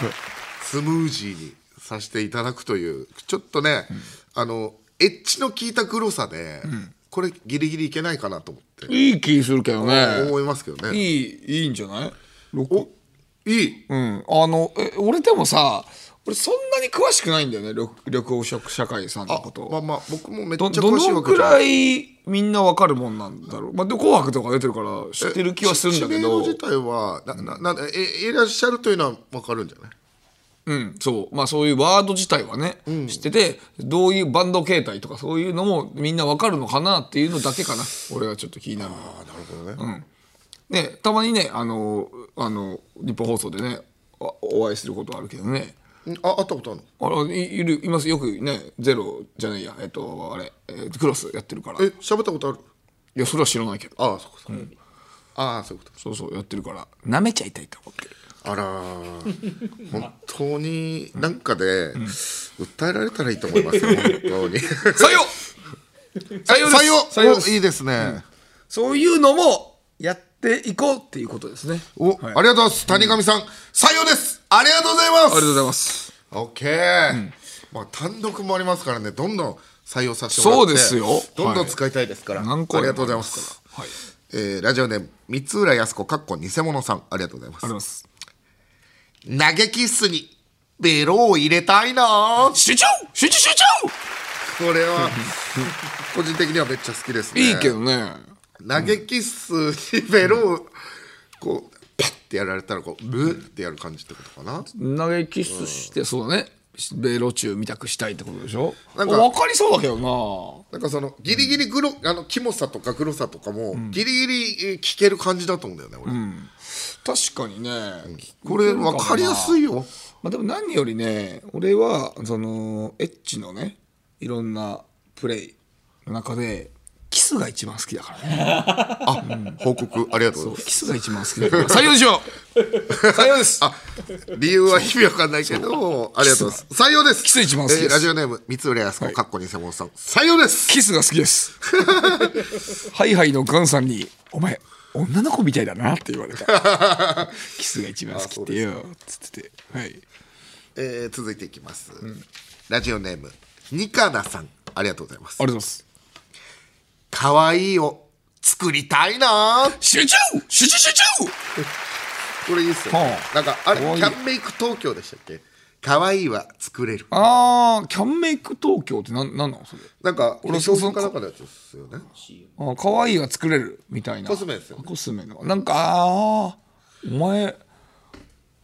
S4: スムージーにさせていただくというちょっとね、あのエッジの効いた黒さで、これギリギリいけないかなと思って、
S3: いい気するけど
S4: 思いますけど
S3: い
S4: ね
S3: いいいんじゃない
S4: おいい
S3: うん、あのえ俺でもさ俺そんなに詳しくないんだよね緑緑黄色社会さんの
S4: あ
S3: こと
S4: まあまあ僕もめっちゃ
S3: ど
S4: 詳しい
S3: どの
S4: わけ
S3: く
S4: じゃな
S3: ら
S4: い
S3: いみんなわかるもんなんだろう、まあ、でも紅白とか出てるから知ってる気はするんだけ
S4: 知名度
S3: ど
S4: 自体はなななえいらっしゃるというのは分かるんじゃない
S3: うんそうまあそういうワード自体はね、知っててどういうバンド形態とかそういうのもみんなわかるのかなっていうのだけかな俺はちょっと気になるのは
S4: あなるほどね、
S3: ね、たまにねあのあの日本放送でねあお会いすることあるけどね
S4: ああったことあるの
S3: あらいいるいますよくねゼロじゃないやえっとあれ、えークロスやってるから
S4: え
S3: い
S4: 喋ったことある
S3: やそれは知らないけど
S4: ああそこそこ、ああそういうこ
S3: そうそうやってるから舐めちゃいたいと思ってる
S4: とあら ー本当になんかで、訴えられたらいいと思いますよ本当に
S3: 採用採用です
S4: 採用
S3: 採用で
S4: おい
S3: す
S4: いですね、
S3: そういうのもやっていこうっていうことですね
S4: お、ありがとうございます谷上さん採用ですありがとうございま
S3: あ
S4: す
S3: りがとうございます
S4: オッケー、まあ単独もありますからねどんどん採用させてもらって
S3: そうですよ
S4: どんどん使いたいですから、
S3: 何個
S4: あり
S3: でも
S4: がとうございます
S3: はいありが
S4: えーラジオネーム三浦靖子かっこ偽物さんありがとうございま
S3: とうご
S4: す
S3: ざいます
S2: 投げキッスにベロを入れた いな
S3: 集中集中集
S4: これは個人的にはめっちゃ好きです
S3: 中
S4: ね
S3: いいけどね
S4: 投げキッスにベロをこうパッてやられたらこうブーってやる感じってことかな
S3: 投げキスしてそうだね米ロ中みたくしたいってことでしょ
S4: なん
S3: 分
S4: か
S3: かりそうだけど
S4: な
S3: な
S4: んかそのギリギリグロ、あのキモさとか黒さとかもギリギリえー聞ける感じだと思うんだよね俺、
S3: 確かにね、
S4: これ分かりやすいよ
S3: まあ、でも何よりね俺はそのエッチのねいろんなプレイの中でキスが一番好きだから ね
S4: あ、報告ありがとうございます
S3: キスが一番好きだから採用でしょう採用です
S4: あ理由は意味わかんないけどありがとうございます採用です
S3: キス一番好きです
S4: えーラジオネーム三浦康子かっこ偽物さん採用です
S3: キスが好きです ハイハイのガンさんに「お前女の子みたいだな」って言われた キスが一番好きってよつっててはい
S4: えー続いていきます、ラジオネームニカナさんありがとうございます
S3: ありがとうございます
S4: 可愛いを作りたいな
S3: 集中集中集中
S4: これいいっすよ、ね
S3: はあ
S4: なんかあれ
S3: 可愛い
S4: キャンメイク東京でしたっけ可愛いは作れる
S3: あーキャンメイク東京ってなんなんなのそれ
S4: なんか
S3: 俺
S4: そ
S3: そう
S4: そ
S3: うそう
S4: うかなんかのやつですよね
S3: あ可愛いは作れるみたいな
S4: コスメですよね
S3: コスメのなんかあーお前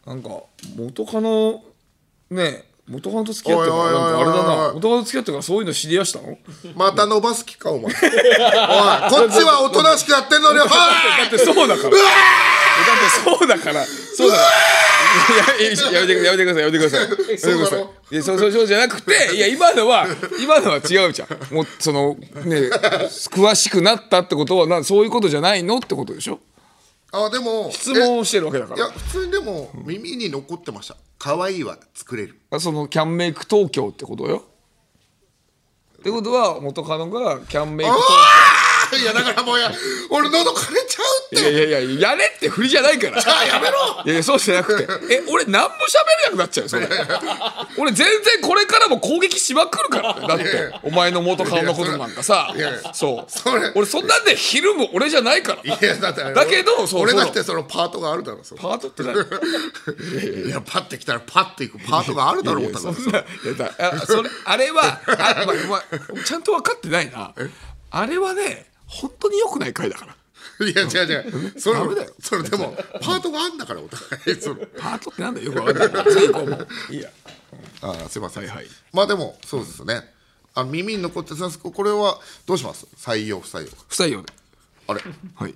S3: なんか元カノね元カノと付き合ってるから
S4: おいおいおい
S3: なんかあれ
S4: おい
S3: だ
S4: おい
S3: な元カノと付き合ってるからそういうの知り合したの
S4: また伸ばす気かお前おいこっちはおとなしくやってん のにおい
S3: だってそうだからだってそうだからそうだからいやいややめてくやめてくださいやめてくださいやめてください
S4: そうだろ
S3: いやそう そうそうじゃなくていや今のは今のは違うじゃんもうその ね詳しくなったってことはなそういうことじゃないのってことでしょ
S4: あでも
S3: 質問をしてるわけだか
S4: いや
S3: ら
S4: 普通にでも耳に残ってました可愛いは作 れる
S3: あそのキャンメイク東京ってことよってことは元カノがキャンメイク東京
S4: いやだからもうや俺喉枯れちゃうっ
S3: いやいやいや、やれって振りじゃないから。
S4: あやめろ
S3: いやいや、そうじゃなくて。え、俺何も喋れなくなっちゃうよ、それ。俺全然これからも攻撃しまくるからね。だって
S4: いやいや、
S3: お前の元カノのことなんかさ
S4: いやいや。
S3: そう
S4: それ。
S3: 俺そんなんでひるむ俺じゃないから。
S4: ていやだってあれ
S3: だけどそう
S4: 俺
S3: そう
S4: だってそのパートがあるだろその
S3: パートって何
S4: いやパッて来たらパッていくパートがあるだろう
S3: いや
S4: た
S3: そ
S4: か
S3: んな、いやだあそれあれはあ、ままちゃんと分かってないな。あれはね、本当に良くない回だから。
S4: らいや違う違うそれ
S3: ダメだよ
S4: それでもパートがあんだからお互いその
S3: パートってなんだよ、よく分かんない。次行こうもう。いいや。
S4: あーすいません、
S3: はいはい
S4: まあでもそうですねあ耳に残ってさこれはどうします採用不採用
S3: 不採用で。
S4: あれ
S3: はい。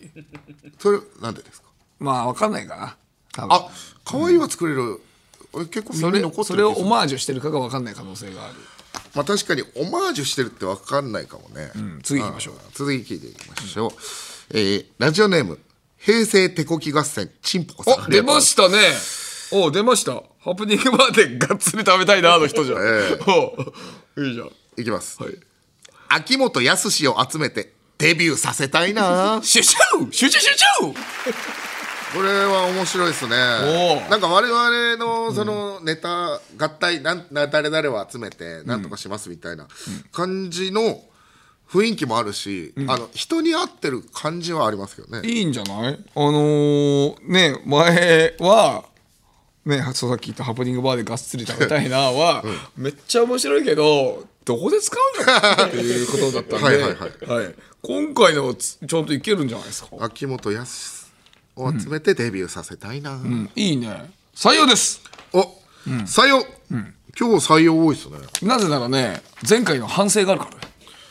S4: それなんでですか
S3: まあ、分かんないかな。多分
S4: あ可愛いは作れる、俺結構
S3: そ
S4: 耳
S3: れ
S4: に残ってる
S3: それを
S4: 気がす
S3: オ
S4: る
S3: マージュしてるかが分かんない可能性がある。
S4: まあ確かにオマージュしてるって分かんないかもね、
S3: 次行きましょう
S4: あー続き聞いていきましょう、えーラジオネーム平成手こき合戦ちんぽこさん
S3: お出ましたねお出ましたハプニングバーでがっつり食べたいなあの人じゃん、おいいじゃん
S4: いきます、
S3: はい
S4: 秋元康を集めてデビューさせたいな
S3: シュシュシュシュシュシュ
S4: これは面白いですね
S3: おー
S4: なんか我々のそのネタ合体なんな誰々を集めてなんとかしますみたいな感じの雰囲気もあるし、あの人に合ってる感じはありますけどね
S3: いいんじゃないあのー、ね前はねそうさっき言ったハプニングバーでがっつり食べたいなは、めっちゃ面白いけどどこで使うのっていうことだったんで
S4: はいはい は
S3: はい今回のつちゃんといけるんじゃないですか、
S4: 秋元康を集めてデビューさせたいな、
S3: うんいいね採用です
S4: お、採用、今日採用多いですね
S3: なぜならね前回の反省があるからね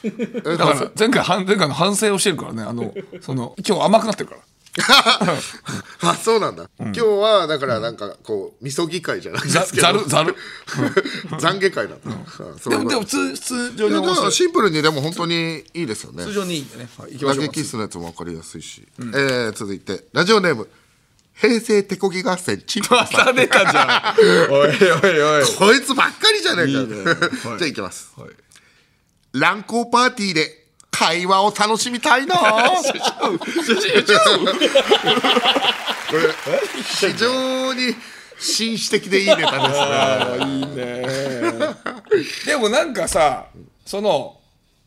S4: えだ
S3: だから前回はん前回の反省をしてるからね あのその今日甘くなってるから
S4: あそうなんだ、今日はだからなんかこうみそぎ会じゃないですけど
S3: ざざるざる
S4: 懺悔会だった、あそう
S3: で
S4: いうこ
S3: もで
S4: と
S3: も通通
S4: い
S3: 常に
S4: やだか
S3: 面白
S4: ら
S3: い
S4: シンプルにでも本当にいいですよね
S3: 通常にいいんでね、はい、行きま
S4: 打
S3: しょう
S4: 撃室のやつも分かりやすいし、えー続いてラジオネーム平成手こぎ合戦チンポ
S3: また出たじゃんおいおいおい
S4: こいつばっかりじゃねえか
S3: いいねはい
S4: じゃあいきます、
S3: はい
S4: 乱交パーティーで会話を楽しみたいなこれ非常に紳士的でいいネタですね
S3: いいねでもなんかさその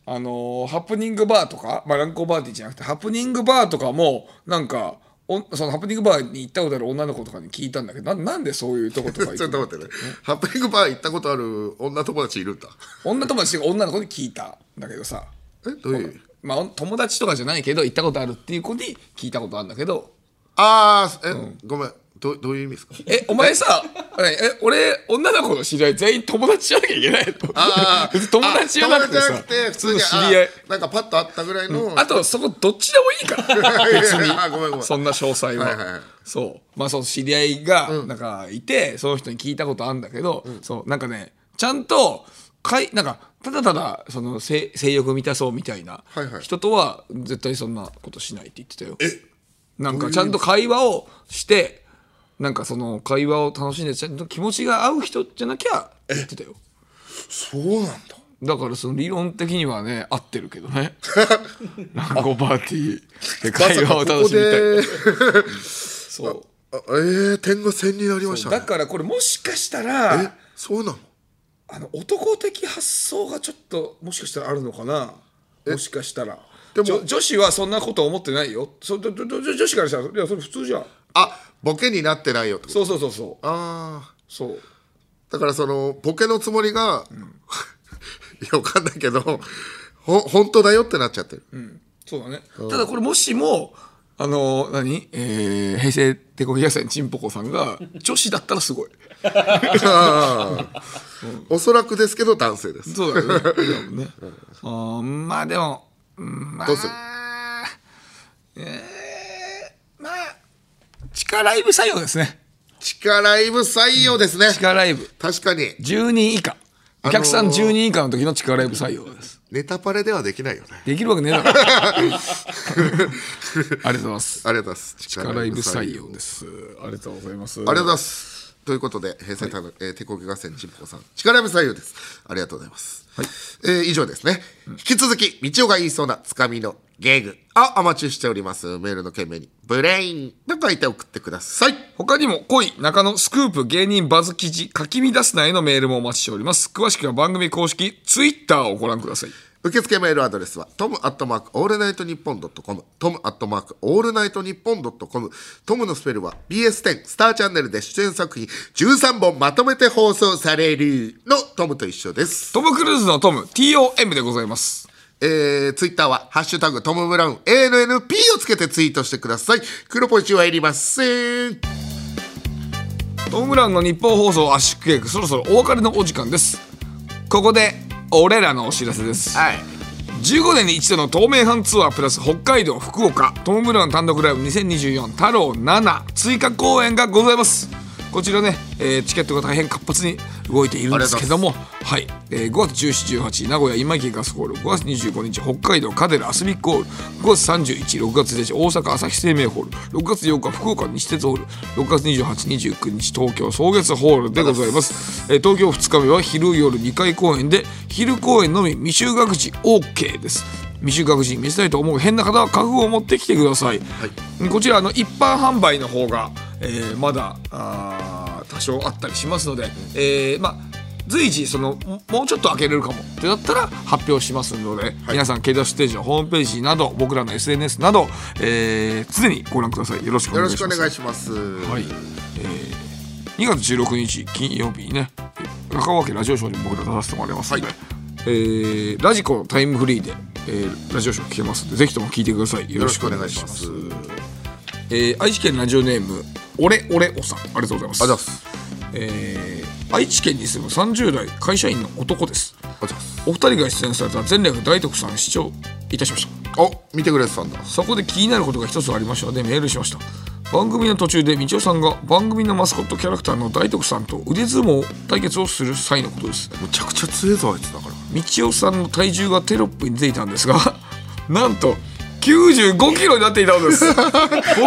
S3: あのーハプニングバーとか、まあ、乱交パーティーじゃなくてハプニングバーとかもなんかおそのハプニングバーに行ったことある女の子とかに聞いたんだけどななんでそういうとことか 行
S4: ちょ
S3: く
S4: っ
S3: の
S4: と待ってねハプニングバー行ったことある女友達いるんだ
S3: 女友達が女の子に聞いたんだけどさ
S4: えどういう
S3: まあ、友達とかじゃないけど行ったことあるっていう子に聞いたことあるんだけど
S4: ああえ、ごめんどうどういう意味ですか
S3: えお 前さええ俺女の子の知り合い全員友達じゃなきゃいけないと
S4: あ
S3: 別に友達じゃなくて
S4: あ
S3: さ
S4: 友達じゃなくて普通
S3: の
S4: に
S3: 知り合い
S4: あなんかパッと会ったぐらいの、
S3: あとそこどっちでもいいから別に
S4: あごめんごめん
S3: そんな詳細は,、
S4: はいはいはい
S3: そうまあその知り合いがなんかいて、その人に聞いたことあるんだけど、そうなんかねちゃんとかいなんかただただその性性欲満たそうみたいな
S4: はいはい
S3: 人とは絶対そんなことしないって言ってたよ、なんかちゃんと会話をしてなんかその会話を楽しんでちゃんと気持ちが合う人じゃなきゃって言ってたよ
S4: そうなんだ
S3: だからその理論的にはね合ってるけどねランゴパーティーで会話を楽しみたい、そう
S4: あえー、点が線になりました
S3: だ
S4: ね
S3: からこれもしかしたら
S4: そうなの
S3: あの男的発想がちょっともしかしたらあるのかなもしかしたら
S4: でも
S3: じょ女子はそんなこと思ってないよそどどど女子からしたらいやそれ普通じゃん
S4: あボケになってないよってこと
S3: そうそうそうそう
S4: ああ
S3: そう
S4: だからそのボケのつもりが、 いやわかんないけどほ本当だよってなっちゃってる、
S3: そうだね。ただこれもしも、あのー、何えー、平成手こぎ野菜ちんぽこさん が、女子だったらすごい。
S4: おそらくですけど男性です
S3: そうだよね。多 分ねあーまあでも、うんまあ、
S4: どうする
S3: えー、まあ、地下ライブ採用ですね。
S4: 地下ライブ採用ですね
S3: 地下ライブ。
S4: 確かに
S3: 10人以下。お客さん10人以下の時の地下ライブ採用です。
S4: ネタパレではできないよね
S3: できるわけねえ だろ。ありがとうございます。
S4: ありがとうございます地
S3: 地下ライブ採用です。ありがとうございます。あり
S4: ありがとうございます。ということで、平成たの、えー、手こぎ合戦ちんぽこさん、力部採用です。ありがとうございます。はい。えー以上ですね。引き続き、道夫が言いそうなつかみのゲグをお待ちしております。メールの件名に、ブレインと書いて送ってください。
S3: 他にも恋中野スクープ芸人バズ記事書き乱すなへのメールもお待ちしております詳しくは番組公式ツイッターをご覧ください
S4: 受付メールアドレスはトムアットマークオールナイトニッポンドットコムトムアットマークオールナイトニッポンドットコムトムのスペルは BS10 スターチャンネルで出演作品13本まとめて放送されるのトムと一緒です
S3: トム・クルーズのトム TOM でございます
S4: えー、ツイッターは「ハッシュタグトム・ブラウン ANNP」をつけてツイートしてください黒ポチはいりません
S3: トム・ブラウンの日本放送圧縮計画そろそろお別れのお時間ですここで俺らのお知らせです
S4: はい
S3: 15年に一度の東名阪ツアープラス北海道福岡トム・ブラウン単独ライブ2024太郎7追加公演がございますこちらね、えーチケットが大変活発に動いているんですけどもはい、えー5月17、18名古屋今池ガスホール5月25日北海道カデラアスビックホール5月31、6月1日大阪朝日生命ホール6月8日福岡西鉄ホール6月28、29日東京草月ホールでございます、えー東京2日目は昼夜2回公演で昼公演のみ未就学児 OK です未就学児に見せたいと思う変な方は覚悟を持ってきてください、こちらあの一般販売の方が、えーまだあー多少あったりしますので、えーまあ随時そのももうちょっと開けれるかもってなったら発表しますので、皆さんケイダッシュステージのホームページなど僕らの SNS など、えー、常にご覧くださいよろしくお
S4: よ
S3: 願
S4: ろし
S3: いし
S4: くお
S3: ます
S4: 願いします
S3: はい、えー、2月16日金曜日にね中川家ラジオショーに僕ら出させてもらいますので、えーラジコのタイムフリーで、えーラジオショー聞けますのでぜひとも聞いてくださいよ
S4: よ
S3: ろ
S4: ろ
S3: し
S4: し
S3: く
S4: く
S3: お
S4: お
S3: 願
S4: 願
S3: い
S4: い
S3: し
S4: しま
S3: ま
S4: すす
S3: えー愛知県ラジオネームオレオレおさんありがとうございます
S4: あざっす
S3: えー愛知県に住む30代会社員の男です
S4: あざっす
S3: お二人が出演された前略大徳さん視聴いたしました
S4: お見てくれてたんだ
S3: そこで気になることが一つありましたのでメールしました番組の途中で道夫さんが番組のマスコットキャラクターの大徳さんと腕相撲対決をする際のことです
S4: むちゃくちゃ強えぞあいつだから
S3: 道夫さんの体重がテロップに出ていたんですが なんと95キロになっていたのです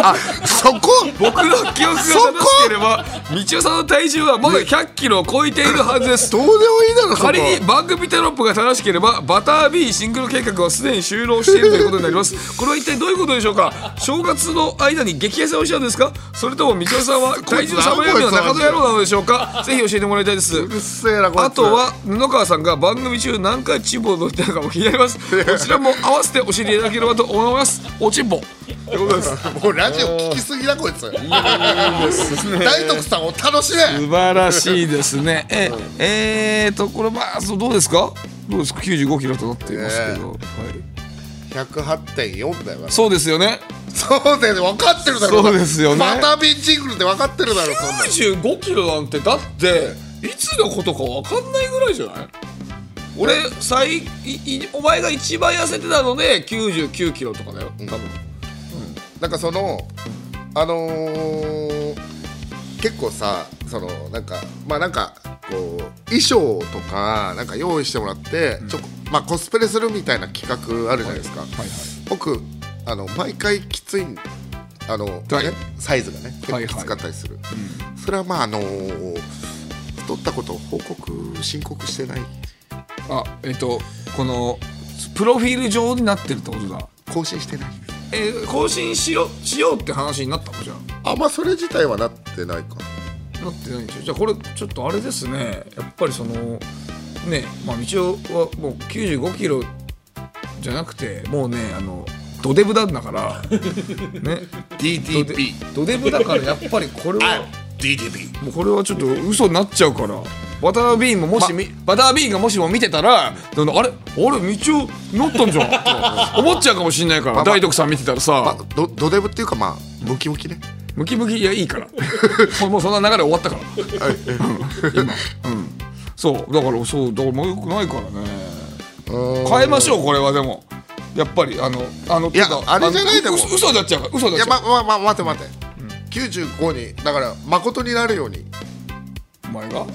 S4: あそこ
S3: 僕の記憶が正しければ道夫さんの体重はまだ100キロを超えているはずです
S4: どうでもいいだろそこ
S3: 仮に番組テロップが正しければバタービーシングル計画はすでに終了しているということになり ますこれは一体どういうことでしょうか正月の間に激痩せをしたんですかそれとも道夫さんは体重3倍よりの中野野郎なのでしょうかぜひ教えてもらいたいです
S4: うるせえなこいつ
S3: あとは布川さんが番組中何回チンポを取ってたかも気になり ますこちらも合わせて教えていただければと思いますおちんぽ
S4: もうラジオ聞きすぎだこいつ大徳さんを楽しめ
S3: 素晴らしいですね。 え、えーと、これ、まあ、そう、どうですか。どうですか、九十五キロとなっていますけど。はい
S4: 108.4だよ
S3: そうですよね。
S4: そうだよね分かってるだろ
S3: そうですよね
S4: またビンチングルって分かってるだろそんな
S3: 九十五キロなんて、だって、いつのことかわかんないぐらいじゃない。俺、最、い、いお前が一番痩せてたので、九十九キロとかだよ。多分。
S4: なんかそのあのー結構さそのなんかまあなんかこう衣装とかなんか用意してもらって、ちょまあ、コスプレするみたいな企画あるじゃないですか、僕あの毎回きついあの、
S3: はい
S4: ねサイズがね結
S3: は
S4: 構
S3: いは
S4: き
S3: い
S4: つかったりする、それはまああのー太ったことを報告申告してない
S3: あ、えっ、と、この。プロフィール上になってるってことだ。
S4: 更新してない
S3: えー更新しよう、しようって話になったのじゃん。
S4: あまあそれ自体はなってないか
S3: なってないんですよじゃあこれちょっとあれですねやっぱりそのねまあ道夫はもう9 5キロじゃなくてもうねあのドデブなんだからね
S4: DDP
S3: ドデブだからやっぱりこれは
S4: DDP
S3: もうこれはちょっと嘘になっちゃうからバタービーンももしみ、バタービーンがもしも見てたらそのあれあ れ道夫乗ったんじゃんって思っちゃうかもしれないから
S4: あ
S3: 大徳さん見てたらさ、
S4: あどドデブっていうかまあムキムキね
S3: ムキムキいやいいから もうもうそんな流れ終わったから今、うん、そうだからそうだからもうよくないからね変えましょうこれはでもやっぱりあのあの
S4: いや
S3: ちょっと
S4: あれじゃない
S3: の
S4: でも
S3: 嘘嘘になっちゃうから嘘に
S4: い
S3: な
S4: や
S3: っちゃ
S4: ままま待て待て、95にだから誠になるように
S3: う、お前が、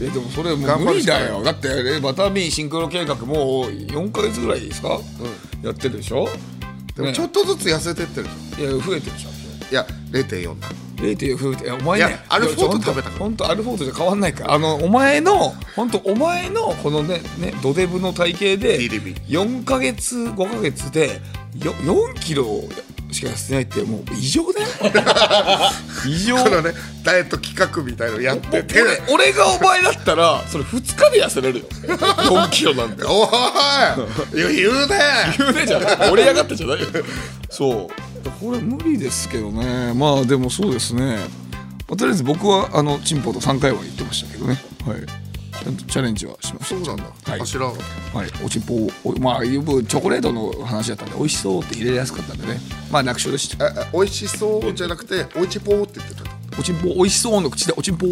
S3: えでもそれも
S4: 頑張
S3: う無
S4: る
S3: 理
S4: しか
S3: だ
S4: ない
S3: よだってねバタービーンシンクロ計画もう4か月ぐらいですか、やってるでしょ
S4: でも
S3: ね
S4: ちょっとずつ痩せてってるじゃん
S3: いや増えてるじゃん
S4: いや0.4だ
S3: 0.4いやお前
S4: い
S3: ね
S4: やアルフォート食べたから
S3: 本当アルフォートじゃ変わんないからあのお前の本当お前のこのねねドデブの体型で
S4: リリビ
S3: 4か月5か月でよ4キロしか痩せてないってもう異 常だよ異常
S4: このねダイエット企画みたいのやってて
S3: 俺俺がお前だったらそれ2日で痩せれるよ4キロなんて
S4: おおい言うね
S3: 言うねじゃん盛り上がってじゃないよそうこれ無理ですけどねまあでもそうですね、まあとりあえず僕はあのチンポと3回は言ってましたけどねはいちゃんとチャレンジはしました
S4: そうなんだ
S3: はい
S4: あ知らん
S3: はい、おちんぽをおまあよくチョコレートの話だったんで美味しそうって入れやすかったんでねまあ楽勝でした
S4: ああ美味しそうじゃなくておいちぽーって言ってた
S3: おちんぽ美味しそうの口でお ちんぽを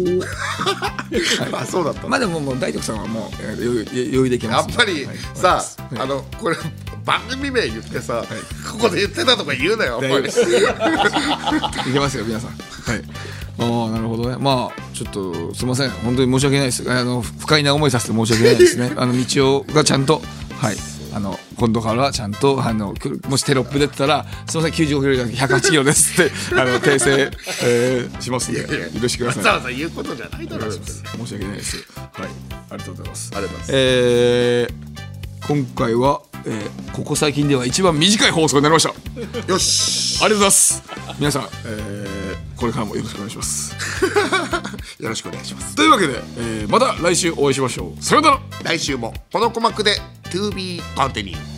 S4: あそうだった
S3: まあでももう大徳さんはもうえー余裕余裕でいけ
S4: や
S3: ます
S4: っ
S3: ね
S4: ぱり
S3: はい
S4: さ
S3: はい
S4: あのこれ番組名言ってさここで言ってたとか言うなよ
S3: 大
S4: お
S3: 丈夫
S4: い
S3: ですいけますよ皆さん。はい。ああなるほどね。まあちょっとすみません本当に申し訳ないです。あの不快な思いさせて申し訳ない ですね。あの道をがちゃんとはい。あの今度からはちゃんとあのくもしテロップ出てたらすみません95キロじゃなくて108キロです ってあの訂正、えーしますんで許してくだ
S4: わ
S3: さい。
S4: ざわざ言うことじゃないだろう
S3: 申し訳ないです。はい。ありがとうございます。
S4: ありがとうございます
S3: えー今回は、えーここ最近では一番短い放送になりました。
S4: よし
S3: ありがとうございます。皆さん、えーこれからもよろしくお願いし ます。
S4: よろしくお願いします
S3: というわけで、えーまた来週お会いしましょう。さようなら。
S4: 来週もこの鼓膜で To be continued